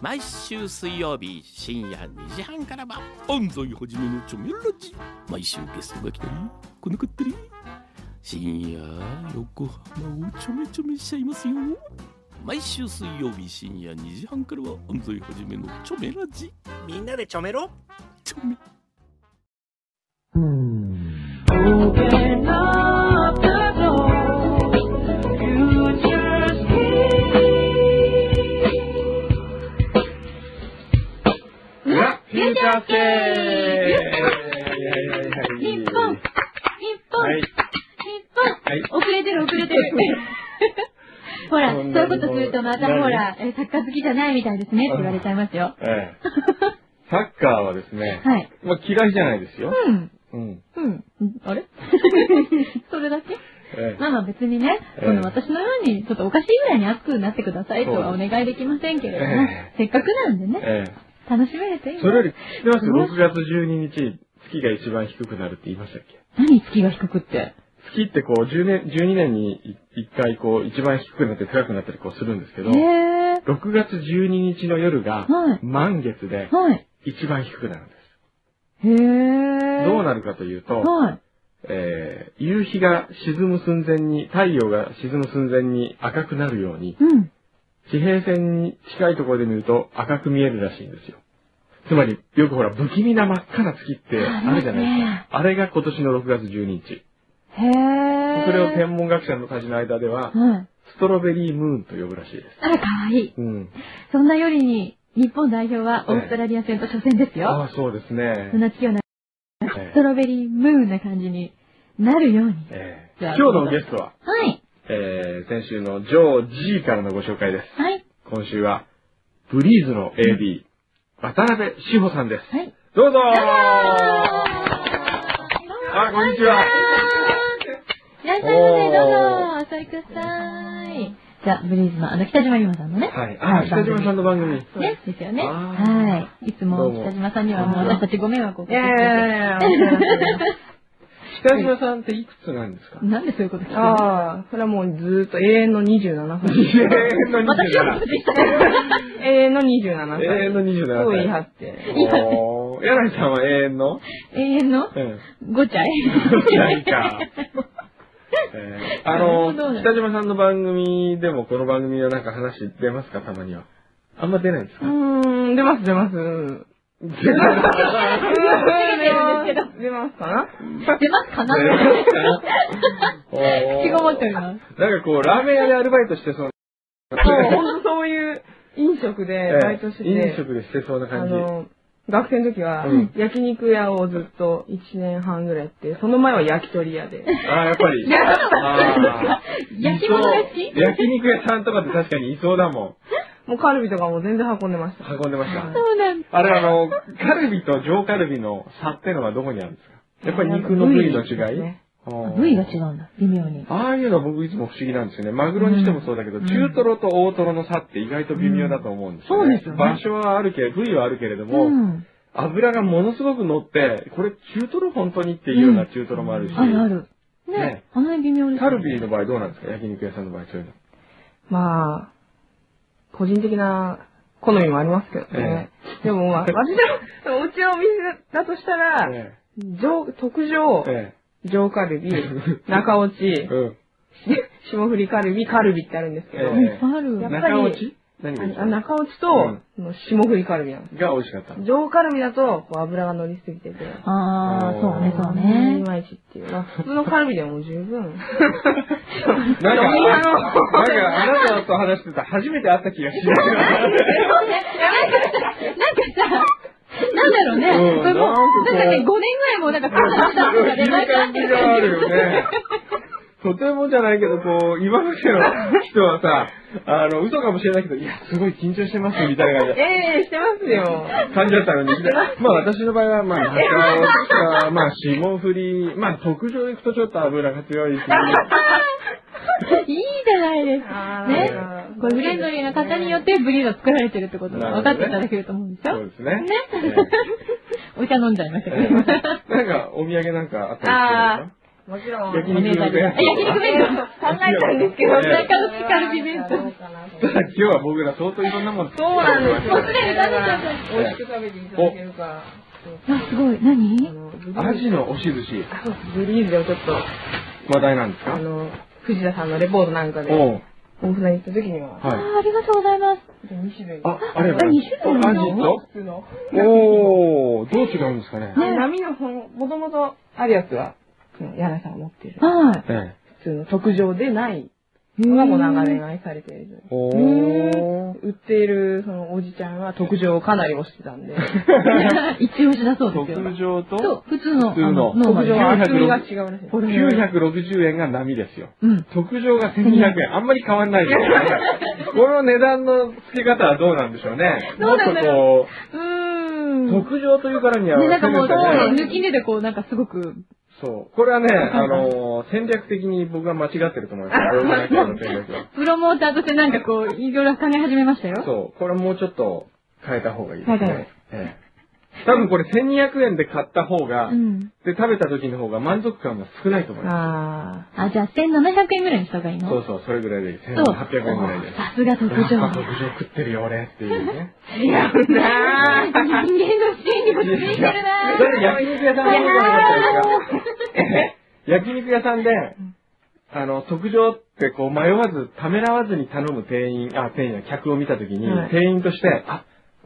毎週水曜日深夜2時半からは安西はじめのチョメラジ毎週ゲストが来たり来なかったり深夜横浜をちょめちょめしちゃいますよ毎週水曜日深夜2時半からは安西はじめのチョメラジみんなでちょめろチョメ Open up the door. Future's key. 日本、日本、はい日本。遅れてる遅れてる。ほら、そういうことするとまたほら、えサッカー好きじゃないみたいですねって言われちゃいますよ。ええ。サッカーはで すね、はい。まあ嫌いじゃないですよ。うん。うん。うん。あれそれだけええまあまあ別にね、ええその私のようにちょっとおかしいぐらいに熱くなってくださいとはお願いできませんけれども、えせっかくなんでね、ええ。楽しめるといいそね。れより、知ってます ?6 月12日、月が一番低くなるって言いましたっけ何月が低くって。月ってこう、10年、12年に1回こう、一番低くなって高くなったりこうするんですけへど、えー。 6月12日の夜がはい、満月ではい。一番低くなるんです。へえー。どうななるかというと、はい。えー夕日が沈む寸前に、太陽が沈む寸前に赤くなるように、うん。地平線に近いところで見ると赤く見えるらしいんですよ。つまり、よくほら、不気味な真っ赤な月ってあるじゃないですか。あれが今年の6月12日。へえー。それを天文学者のたちの間では、はい。ストロベリームーンと呼ぶらしいです。あら、かわいい。うん。そんなよりに、日本代表はオーストラリア戦と初戦ですあよ。あ、そうですそんね。な器用な、えストロベリームーンな感じになるように。えじゃあ今日のゲストは、はい。えー、先週のジョー・ジーからのご紹介です。はい。今週は、ブリーズの AD、渡辺志保さんです。はい。どうぞああこんにちはらいっしゃいませ、どうぞ、お座りください。じゃあ、ブリーズの、あの、北島由馬さんのね。はい。あ、北島さんの番組。ね、ですよね。あはーい。いつどもうも北島さんにはもう私たちご迷惑をおかけして。え北島さんっていくつなんです かなんでそういうこと聞くえのああ、それはもうずーっと永遠の27永歳。遠の私は27無。事したから。永遠の27歳。永遠の27歳。遠いはって。おー、柳井さんは永遠の永遠の うん。ご ちゃい。なんか。えーあの、なるほど北島さんの番組でもこの番組のなんか話出ますかたまには。あんま出ないんですうかーん、出ます出ます。出ない。てるんです出ますかな出ますかな出ない かなおー口ごもっております。なんかこう、ラーメン屋でアルバイトしてそうな。そう、ほんとそういう飲食でバイトしてて、飲食でしてそうなあ感じ。の、学生の時はうん焼肉屋をずっと1年半ぐらいやって、その前は焼き鳥屋で。ああ、やっぱり。あー焼き物が好きいそう焼肉屋さんとかって確かにいそうだもん。もうカルビとかも全然運んでました。運んでました。そうなんだ。あれあの、カルビと上カルビの差ってのはどこにあるんですかやっぱり肉の部位の違ですいね部位が違う。うんだ、微妙に。ああいうの僕いつも不思議なんですよね。マグロにしてもそうだけど、中トロと大トロの差って意外と微妙だと思うんですよ、うんそうですよね場所はあるけれど、部位はあるけれども、うん。油がものすごく乗って、これ中トロ本当にっていうような中トロもあるし、あるある。ねね、あの辺微妙ですカよね。ルビの場合どうなんですか焼肉屋さんの場合そういうの。まあ、個人的な好みもありますけどね。でもまあ、私の、うちのお店だとしたら、え上特上え、え上カ ルビ、中落えち、うん霜降りカルビ、カルビってあるんですけど、えいっぱいある。やっぱり中落ち何がいいですあか中落ちと、うんその霜降りカルビなんでが美味しかった。す。上カルビだと、こう油が乗りすぎてて、ああ、そうね、そういね。まいちっていう。まあ普通のカルビでも十 分。なんか、飲みな屋んのかあなたと話してた初めて会った気がしない。なんかさ、なんだろうね。うんこれもうなんかこうなんかね、5年ぐらいもうなんか、こんなしたとかで、なんいか、感じがあるよね。とてもじゃないけど、こう、今までの人はさ、あの、嘘かもしれないけど、いや、すごい緊張してます、みたいな感じええしてますよ。感じだったのに、まあ私の場合は、まあ、中落ちか、まあ、霜降り、まあ、特上行くとちょっと油が強いし、いいじゃないですか。あーね。これフレンドリーな方によってブリード作られてるってことがな分るほかどっていただけると思うんですそうよ。ですね。 お茶飲んじゃいましたけど。ええなんか、お土産なんかあったりするんですかあもちろん。焼肉の弁当。焼肉弁当考えたんですけど、ね中野木カルビ弁当。ただ今日は僕ら相当いろんなものそうなんですよ。もうすでに食べちゃった美味しく食べていただけるから。 あ、すごい。何アジの押し寿司、あそうブリーズでもちょっと、話題なんですあかの、藤田さんのレポートなんかで、おう大船に行った時には、あはい。ー、ありがとうございます。 2種類。あ、あれば。二種類アジと普通の。おー、どう違うんですかね。ね波のほん、もともとあるやつは、その柳さんが持ってる、はい。え普通の特上でないのがもう長年愛されているえ。。おー。売っている、そのおじちゃんは特上をかなり推してたん で、一押しだそうですよ。特上そうと、、普通の。普通のあうん特上は厚みが違うらしいです。 960円が波ですよ。うん。特上が1200円。あんまり変わんないです よね。この値段の付け方はどうなんでしょうね。どうなんだもうっーとこん。う、特上というからには、ね、なんかもう、せめてね抜き値でこう、なんかすごく、そう。これはね、あんないのー、戦略的に僕は間違ってると思います。ローマ内閣の戦略は。プロモーターとしてなんかこう、いろいろ考え始めましたよ。そう。これもうちょっと変えた方がいいです変えた方がいね。ええ多分これ1200円で買った方が、うん。で、食べた時の方が満足感が少ないと思いま ああ、じゃあ1700円ぐらいにした方がいいす。のそうそう、それぐらいでいい。1800そう円ぐらいで。さすが特やっ上。ぱ特上食ってるよ、俺。っていうね。違う なぁ。人間の心理もついてるなぁ。だって焼肉屋さんの方が良かったですか焼肉屋さんで、あの、特上ってこう迷わず、ためらわずに頼む店員、あ、店員や客を見た時に、はい店員として、あ、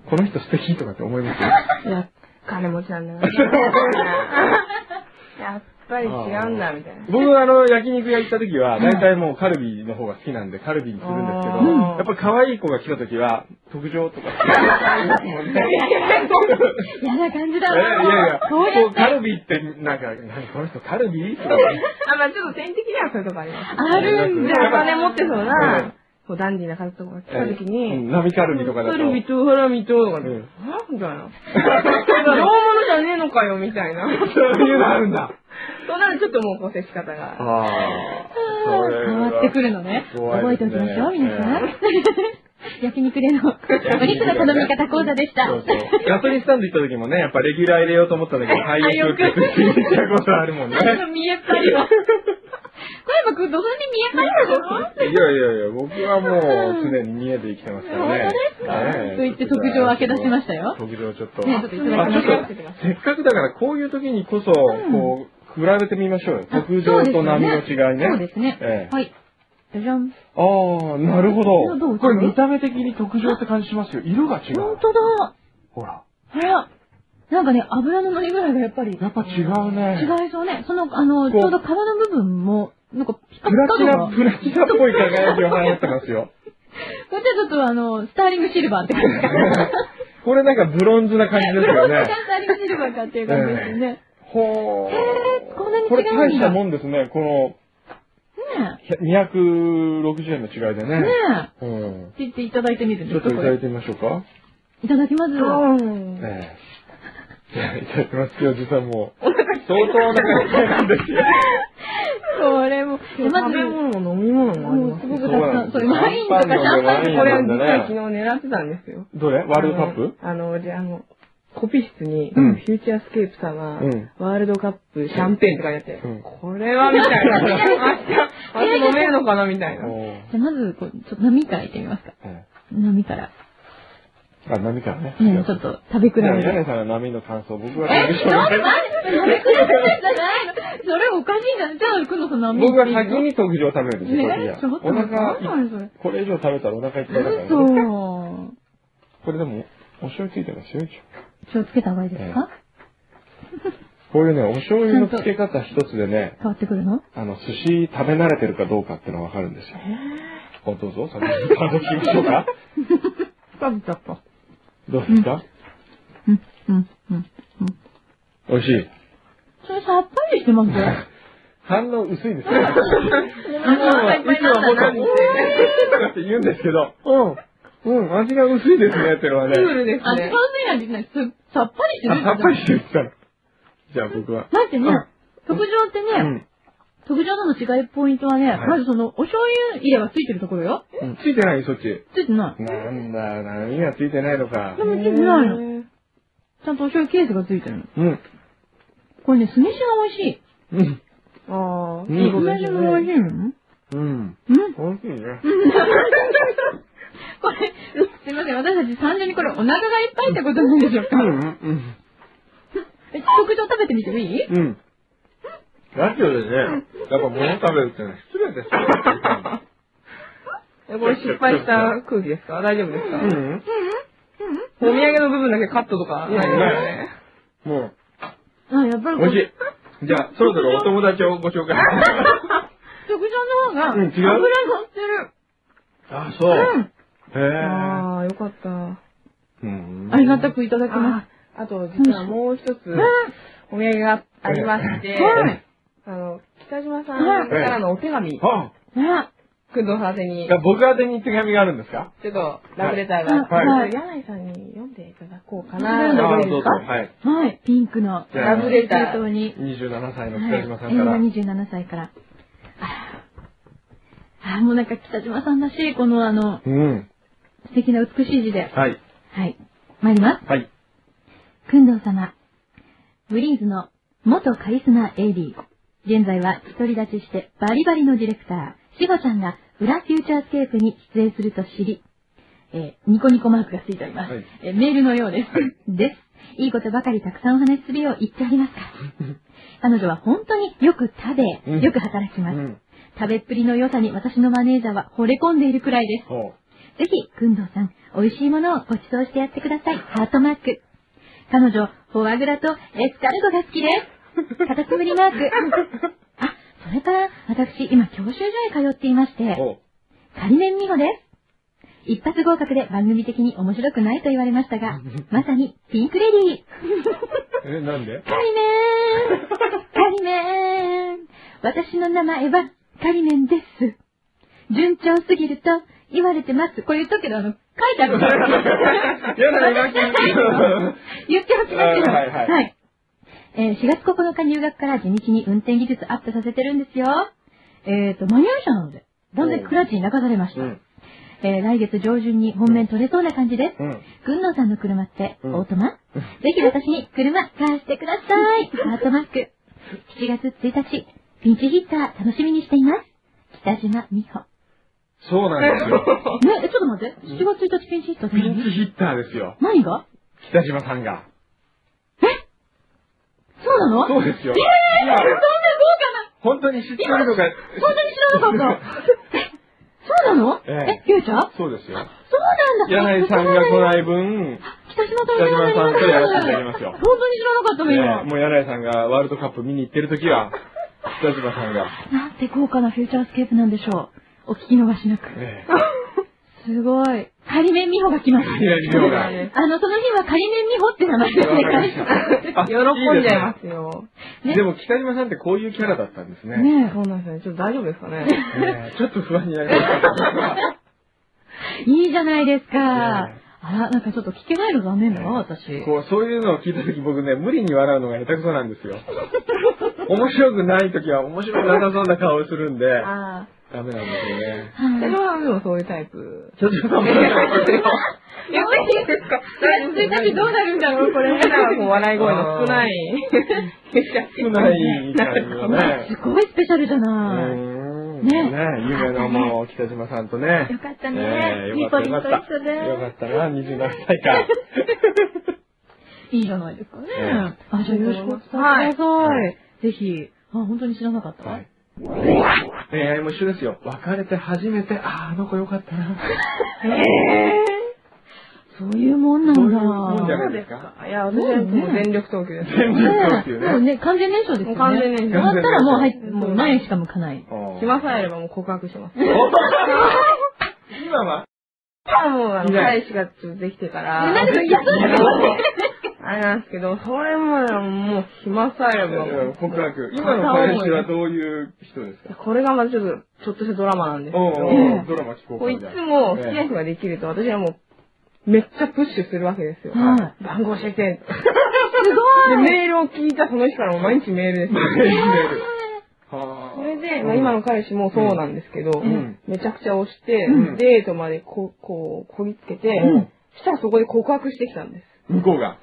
この人素敵とかって思います よ。あ。いや、金持ちなんだ よな。やっぱり違うんだ、みたいな。僕あの、焼肉屋行った時は、大体もうカルビの方が好きなんで、カルビにするんですけど、うんやっぱ可愛い子が来た時は、特上 とか。嫌な感じだいやわ。いやいや、こうこやっうて。カルビって、なんか、何この人カルビとか。あ、まあちょっと点滴にはそういうとこあります。あるんで、だ。お金持ってそううんな、こうダンディーな家族が来たう時に、ん波カルビとかだと。カルビとハラミと、とかで、うんはみたいな。老物じゃねえのかよ、みた いな。そういうのあるんだ。そうなるとちょっともうこう接し方が。ああ変わってくるのね。覚えておきましょう、皆さん。 焼肉でのお肉の好み方講座でした。そうそう。ガソリンスタンド行った時もね、やっぱレギュラー入れようと思ったんだけど、廃屋って言っちゃうことあるもんね。なんか見えっ張りは。小山くん、どこに見えっ張りなの いやいやいや、僕はもう常に見えて生きてますからね。本当ですかええと言って特上を開け出しましたよ特上ちょっと。ねちょっといただきましょうあちょっとせっかくだからこういう時にこそ、こう、比べてみましょうよ。あ特上と波の違いね。そうですね。ええはい。じゃじゃん。ああ、なるほどど。うこれ見た目的に特上って感じしますよ。色が違本う。当だ。ほら。あら。なんかね、油の乗り具合がやっぱりやっぱ違うね。違いそうね。その、あの、ちこうょうど皮の部分も、なんかピカプピラカチ度ナ、が。プラチナっぽい輝きを放ってま すよ。こっちはちょっとあの、スターリングシルバーって感じかな。これなんかブロンズな感じですよね。スターリングシルバーかっていう感じですよね。ほへーこんなに違うんだこれ大したもんですね。この、ね260円の違いでえ。ね。ねうんえ。。って言っていただいてみるんちでょすっとかこいただれいてみましょうか。いただきます。うん。ええ。いやいただきますよ、おじさんも。相当お腹いっぱいなんですよ。これも。でま食ず、べ物も飲み物もありもまうすすよ。ごくたくさん、それワインとかシャンパンとそうこれなはんだ実ねは昨日狙ってたんですよ。どれワールドカップあの、あのじゃあ、あの、コピー室に、うんフューチャースケープ様、うんワールドカップ、シャンペーンとかやって、うんこれはみた いな。明日、明日飲めるのかなみたいな。おーじゃあまず、こう、ちょっと波からいってみますか。え波から。えあ、波からね。ねえちょっと食べ比じべゃあ、る。柳井さんの波の感想、僕はえ、先ちにょっ紹と待介って、食べ比べたんじゃないのそれおかしいんじゃないじゃあ、くのさん波僕は先に特上を食べるんですよ、ねえ、ちょっとお待って、腹い、何なのそれ。これ以上食べたらお腹いっぱいだからね。嘘。これでも、お醤油ついてますよ、一応。気をつけた方がいいですかこういうね、お醤油の付け方一つでね、変わってくるのあの、寿司食べ慣れてるかどうかってのはわかるんですよ。おどうぞ、先に食べてみましょうか。食べちゃった。どうですか、うん、うん、うん、うん。美味しい。それさっぱりしてますよ。反応薄いですよ。いつもは、いつもはもっと、うーんとかって言うんですけど、うん、うん、味が薄いですねってのはねクー、ルですあ、違うね。ね味ない。すさっぱりしてるあ、さっぱりしてるって言ったのじゃあ僕は。待ってねうん、特上ってうね、ん。特上との違いポイントはね、はいまずその、お醤油入れがついてるところよ。うんついてないそっち。ついてない。なんだよな、何がついてないのかで。もついてないの。へーちゃんとお醤油ケースがついてるの。うん。これね、酢飯が美味しい。うん。ああ、うんいいことですも美味しね。いのうん。うん美味しいね。これ、すいません、私たち単純にこれお腹がいっぱいってことなんでしょううかん、うん、え、特上食べてみてもいいうん。ラジオでね、やっぱ物食べるってのは失礼ですよ。えこれ失敗した空気ですか大丈夫ですか、うおん。土産の部分だけカットとかないですよね。もあ、やっぱう、り美味しい。じゃあ、そろそろお友達をご紹特介。上の方が、うん違う油乗ってる。あ、そう。へああ、よかった。え。うんありがたくいただきますあ。あと、実はもう一つ、お土産がありまして、はい。あの、北島さんからのお手紙、あ、ね。くんどさん宛てに、僕宛てに手紙があるんですかちょっと、ラブレターはいが、はい柳井さんに読んでいただこうかあな。ーどうですかはい。はい。ピンクのじゃあラブレターに。 27歳のはい北島さんから。映画27歳から。あーあー、もうなんか北島さんらしい、このあの、うん。素敵な美しい字で。はい。はい。参ります。はい。くんどう様。ブリーズの元カリスマ AD。現在は独り立ちしてバリバリのディレクター、しごちゃんが裏フューチャースケープに出演すると知り、えーニコニコマークがついております。はいえーメールのようです。です。いいことばかりたくさんお話しするよう言ってありますから。 彼女は本当によく食うんべ、よく働きうます。ん。食べっぷりの良さに私のマネージャーは惚れ込んでいるくらいです。ほぜひ、くんどうさん、美味しいものをご馳走してやってください。ハートマーク。彼女、フォアグラとエスカルゴが好きです。カタツムリマーク。あ、それから、私、今、教習所へ通っていましう。て、ほ仮面美穂です。一発合格で番組的に面白くないと言われましたが、まさに、ピンクレディー。う。え、なん で仮面仮面私の名前は仮面です。順調すぎると言われてます。これ言っとくけど、あの、書いてあるから。やだ、今言っておきますけ聞ど。あはいはいえー4月9日入学から地道に運転技術アップさせてるんですよ。えっ、と、マニュアル車なので、だんだんクラッチに流されました。うん。えー来月上旬に本面取れそうな感じです。うん。軍のさんの車って、うんオートマ、ぜひ私に車貸してくださ い。ハートマーク。7月1日、ピンチヒッター楽しみにしています。北島美穂。そうなんですよ。 ね、えちょっと待って。7月1日ピンチヒッターってピ何ンチヒッターですよ。何が北島さんが。そうなのそうえー、ですよ。そんな豪華な今、本当に知ってるの本か、 当に知らなかった。えそうなのえええ、ゆうちゃんそうそうですよ。なんだ。柳井さんが来ない 分、北島大変北島さんとやらせていただきますよ本当に知らなかったもん、今ね。もう柳井さんがワールドカップ見に行ってる時は、北島さんが。なんて豪華なフューチャースケープなんでしょう。お聞き逃しなく。えすごい。仮面美穂が来 ましえ柳井美た。穂が。あの、その日は仮面美穂って名前ですね。あ喜んじゃいますよ。ねでも北島さんってこういうキャラだったんですね。ねそうなんですよね。ちょっと大丈夫ですかね。ねえちょっと不安になりました。え。いいじゃないですか。あねら、なんかちょっと聞けないのダメだな、私。こう、そういうのを聞いた時僕ね、無理に笑うのが下手くそなんですよ。面白くない時は面白くなさそうな顔をするんで、ああ。ダメなんですよね。北はい島さんでもそういうタイプ。ちょっと頑張ってやっぱりいいですか1日どうなるんだろう、これ。普段はこう笑い声の少ない。少ない感じのね。すごいスペシャルじゃうない。ーんねね有名なもう北島さんとね。よかったねええよかったよかった。ニコニコ一緒でよかったな、27歳か。いいじゃないですかね。えあ、じゃあよろしくお伝えください。ぜひ。あ、本当に知らなかったわ。はい恋愛も一緒ですよ。別れて初めて、ああ、あの子よかったな。そういうもんなんだ。そういうもんじゃないそうですかいや、私はもう全力投球です。全ね然そうですよもうね。ね、完全燃焼ですよね。もう完全燃焼終わったらもう入っもう前しか向かない。暇さえあればもう告白してます。今はあもうあの、いない彼氏がちょっとできてかえら。なんでそれやっとんのあれなんですけど、それももう暇さえあればもう。告白。今の彼氏はどういう人ですかこれがまずちょっと、ちょっとしたドラマなんですけおうど、おうドラマ聞こうこかういみつたいも好きな人ができると私はもう、めっちゃプッシュするわけですよ。はい番号教えて。すで、ごいメールを聞いたその日からもう毎日メールです。それで、まあ、今の彼氏もそうなんですけど、んめちゃくちゃ押して、うんデートまでここう、こぎつけて、うんしたらそこで告白してきたんです。向こうが。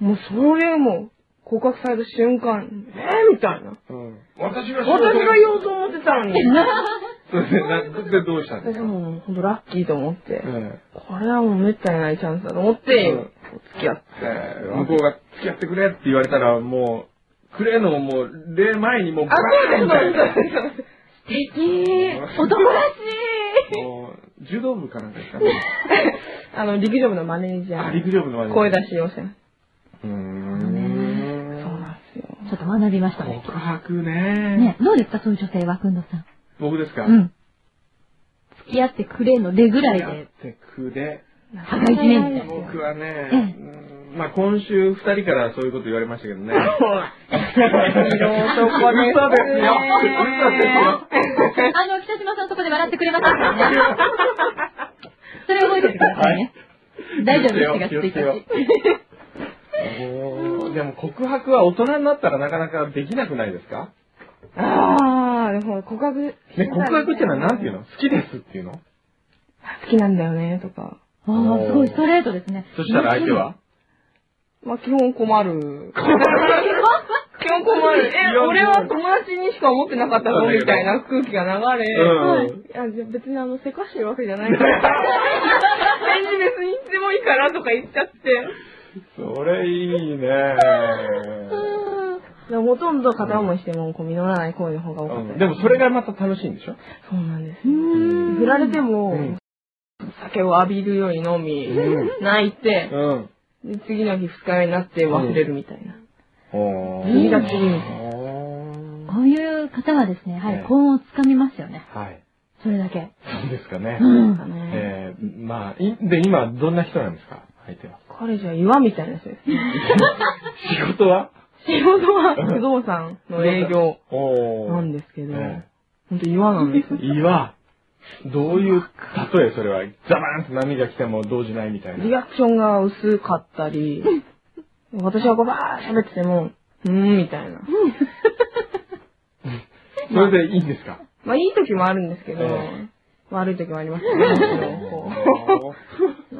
もうそれもう、告白される瞬間、えー、みたいな。うん。私が仕私事が言おうと思ってたのに。それで、なでどうしたんで私すかはもうほんとラッキーと思って、えこれはもうめったにないチャンスだと思って、うん付き合って。え向こうが付き合ってくれって言われたら、もう、くれのもう、礼前にもう、あ、そうみたいでな。す、そうです。素敵男らしいもう、柔道部かなんかですかね。あの、陸上部のマネージャあ、ー、陸上部の前に。声出し要請。うー。そうんなんですよ。ちょっと学びましたね。告白ね。ね、どうですかそういう女性は、くんどさん。僕ですかうん。付き合ってくれのでぐらいやっで、てくれ。羽交い締めみたいな。僕はね、ええうんまあ今週二人からそういうこと言われましたけどね。色男です嘘ですねよ。嘘ですよ。あの、北島さんそこで笑ってくれましたからね。それ覚えててくださいね。大丈夫ですが、気つをいつけようたし。おーでも告白は大人になったらなかなかできなくないですかあー、でも告白、ね、ね、告白ってのはなんていうの好きですっていうの好きなんだよね、とか。ああ、すごいストレートですね。そしたら相手はまあ、基本困 る。基本困る。いえ、や俺は友達にしか思ってなかったぞ、みたいな空気が流れ。うんはい。いや、じゃあ別にあの、せかしてるわけじゃない から。返事別にいつでもいいからとか言っちゃって。それいいねでもほとんど片思いしても、こう、実らない恋の方が多かったうりんでもそれがまた楽しいんでしょそうなんです。うーん。振られても、うん酒を浴びるように飲み、う泣いて、うん。で次の日二日目になって忘れるみたいな。おー気が散るみたいな。おーこういう方はですね、やはりええ幸運をつかみますよね。はい。それだけ。そうですかねう。ん。ねえー、まあ、いで、今、どんな人なんですか相手は。彼女は岩みたいな人ですね。仕事は仕事は不動産の営業おーなんですけど、え本当岩なんですよえ。岩。どういう、例えそれは、ザバーンと波が来ても動じないみたいな。リアクションが薄かったり、私はこうバーッ喋ってても、うーんみたいな。それでいいんですかまあいい時もあるんですけど、え悪い時もありますけど、こう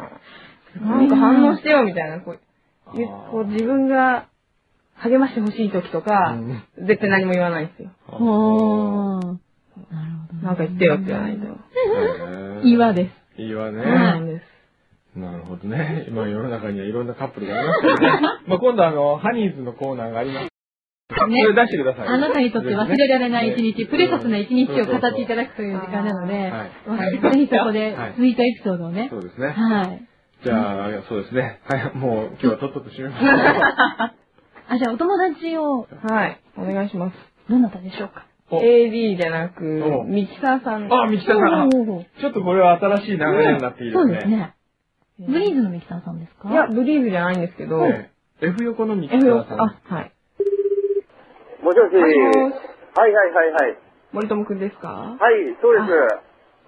なんか反応してよみたいな、こうゆあーこう自分が励ましてほしい時とか、絶対何も言わないんですよ。おおー。なるほど。なんか言ってよって言わないと。岩です。す。岩ね。そうなんです。なるほどね。今世の中にはいろんなカップルがありますからね。まあ今度あの、ハニーズのコーナーがあります。ねそれ出してください。あなたにとって忘れられない一日、プレタスな一日を語っていただだくという時間なので、ははいい。ぜひそこではい続いたエピソードをね。そうですね。はい。じゃあ、そうですね。はい、もう今日はとっとと締めましょう。あ、じゃあお友達を、はい。お願いします。どなたでしょうかお AD じゃなくお、ミキサーさん。あ、ミキサさん。おーおーちょっとこれは新しい流れになっていいですそうね。ですね。えブリーズのミキサーさんですかいや、ブリーズじゃないんですけど、ね。F 横のミキサ F ーさん。あ、はい。もしもし。もはしいもしはいはいはい。森友くんですかはい、そうで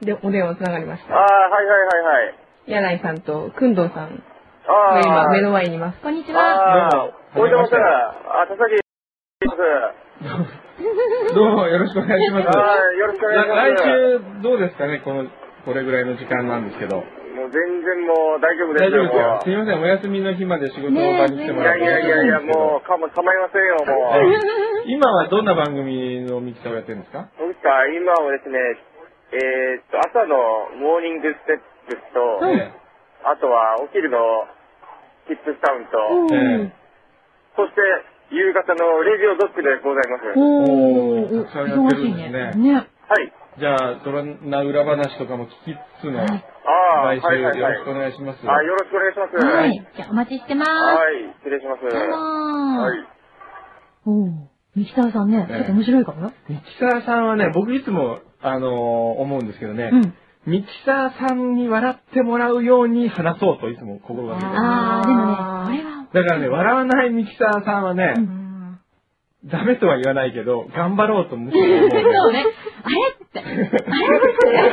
す。で、お電話つながりましああた。ー、はいはい柳井さんと、くんどうさはんいはい。あが今、あ。目の前にいます。こんにちは。ああー、どうおもいでましたら、あ、佐々木です。どうもよろしくお願いします。ああ、よろしくお願いします。来週どうですかね、この、これぐらいの時間なんですけど。もう全然もう大丈夫です大丈よ、夫ですよ。すもう。みません、お休みの日まで仕事を場に来いてもらやっいて。やいやいや、もう、かも構いませんよ、もう。 今はどんな番組のミキサーをやってるんですか僕は今はですね、えーっと、朝のモーニングステップスと、えあとはお昼のキッズタウンと、ええそして夕方のレディオドッグでございます。はおーおーたくさんやってるんですね忙しいね。ね。い。じゃあ、そんな裏話とかも聞きつつの、来ああ、はい週はいよはろしいくお。願いします。あ、よろしくお願いします。はい。じゃあお待ちしてまーはい、失礼します。す。どうはもー。い。おーミキサーさんね、ちええょっと面白いかもよ。ミキサーさんはね、僕いつも、あのー思うんですけどね、うん。ミキサーさんに笑ってもらうように話そうといつも心がけてる。あー、であーもね、これは、だからね、笑わないミキサーさんはね、うダメとは言わないけど、頑張ろうとむしろ思うね。そうね。あれって。あれって。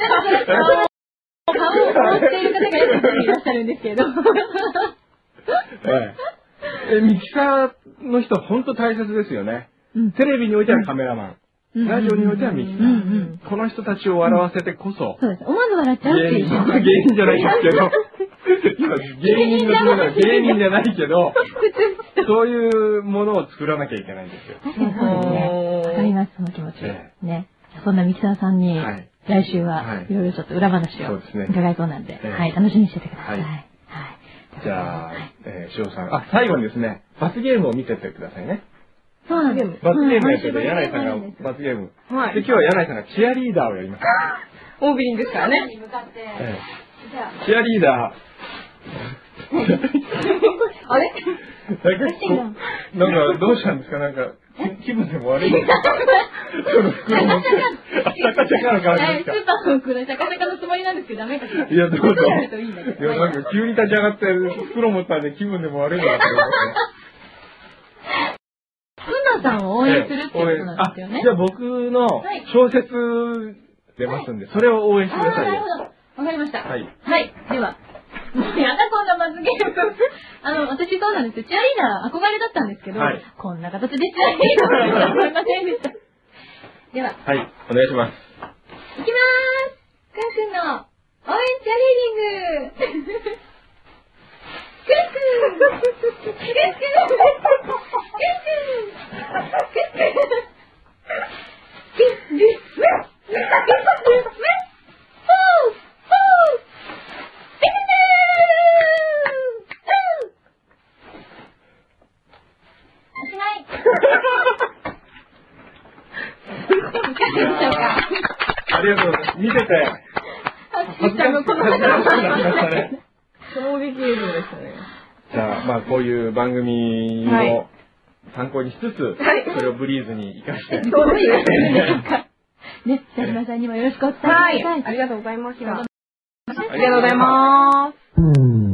なんかね、顔を顔をしている方がよくいらっしゃるんですけど。えええミキサーの人ほんと大切ですよね。うんテレビにおいてはカメラマン、ラジオにおいてはミキサー、うんうんこの人たちを笑わせてこそ、そうです。思わず笑っちゃうって芸いう人、。僕は芸 人じゃないですけど、芸人のつもりは芸人じゃないけど、普通そういうものを作らなきゃいけないんですよ。確かにそうですね。わかります、その気持ちえ。ね。そんな三沢さんに、はい来週ははいいろいろちょっと裏話そをうですね伺いそうなんで、ええはい、楽しみにしててください。はいはい。じゃあはい、えー、翔さん。あ、最後にですね、罰ゲームを見てってくださいね。そうなんです。罰ゲームやってうんて、柳井さん毎週罰ゲームやるんですが罰ゲーム。はで、い今。日は柳井さんがチアリーダーをやります。オービリンですからね。に向かって、えじゃあーチアリーダー。あれなんかこ、なんかどうしたんですかなんか、気分でも悪いですかその袋持って、あったかちゃかな感じえスですーパーの黒いシャカシャカのつもりなんですけど、ダメかしら。かいや、どうぞ。袋あるといいんだけいど。や、なんか急に立ち上がって、袋持ったんで気分でも悪いなって思って。ふなさんを応援するってことなんですよあねじ。ゃあ僕のい小説出ますんで、それを応援してあくだあ、さいなるよほ。ど。わかりました。はい。はい。では、もうやだ、こんな罰ゲーム。あの、私そうなんですよ。チアリーダー憧れだったんですけど、はいこんな形でチアリーダーになるとは思いませんでした。では、はい、お願いします。いきまーすくんくんの応援チャレーディングくんくんくんくんくんくんくんくんくんくんおしまいいかがでしょうかありがとうございます。見てて、恥ずかしいのこの方恥ずかしくなりましたね。衝撃映像でしたね。じゃあ、まあこういう番組はをい参考にしつつ、はいそれをブリーズに活かして、そうですね。ね、北島さんにもよろしくお伝えくだはいさい。。ありがとうございました。あありがとうございます。うん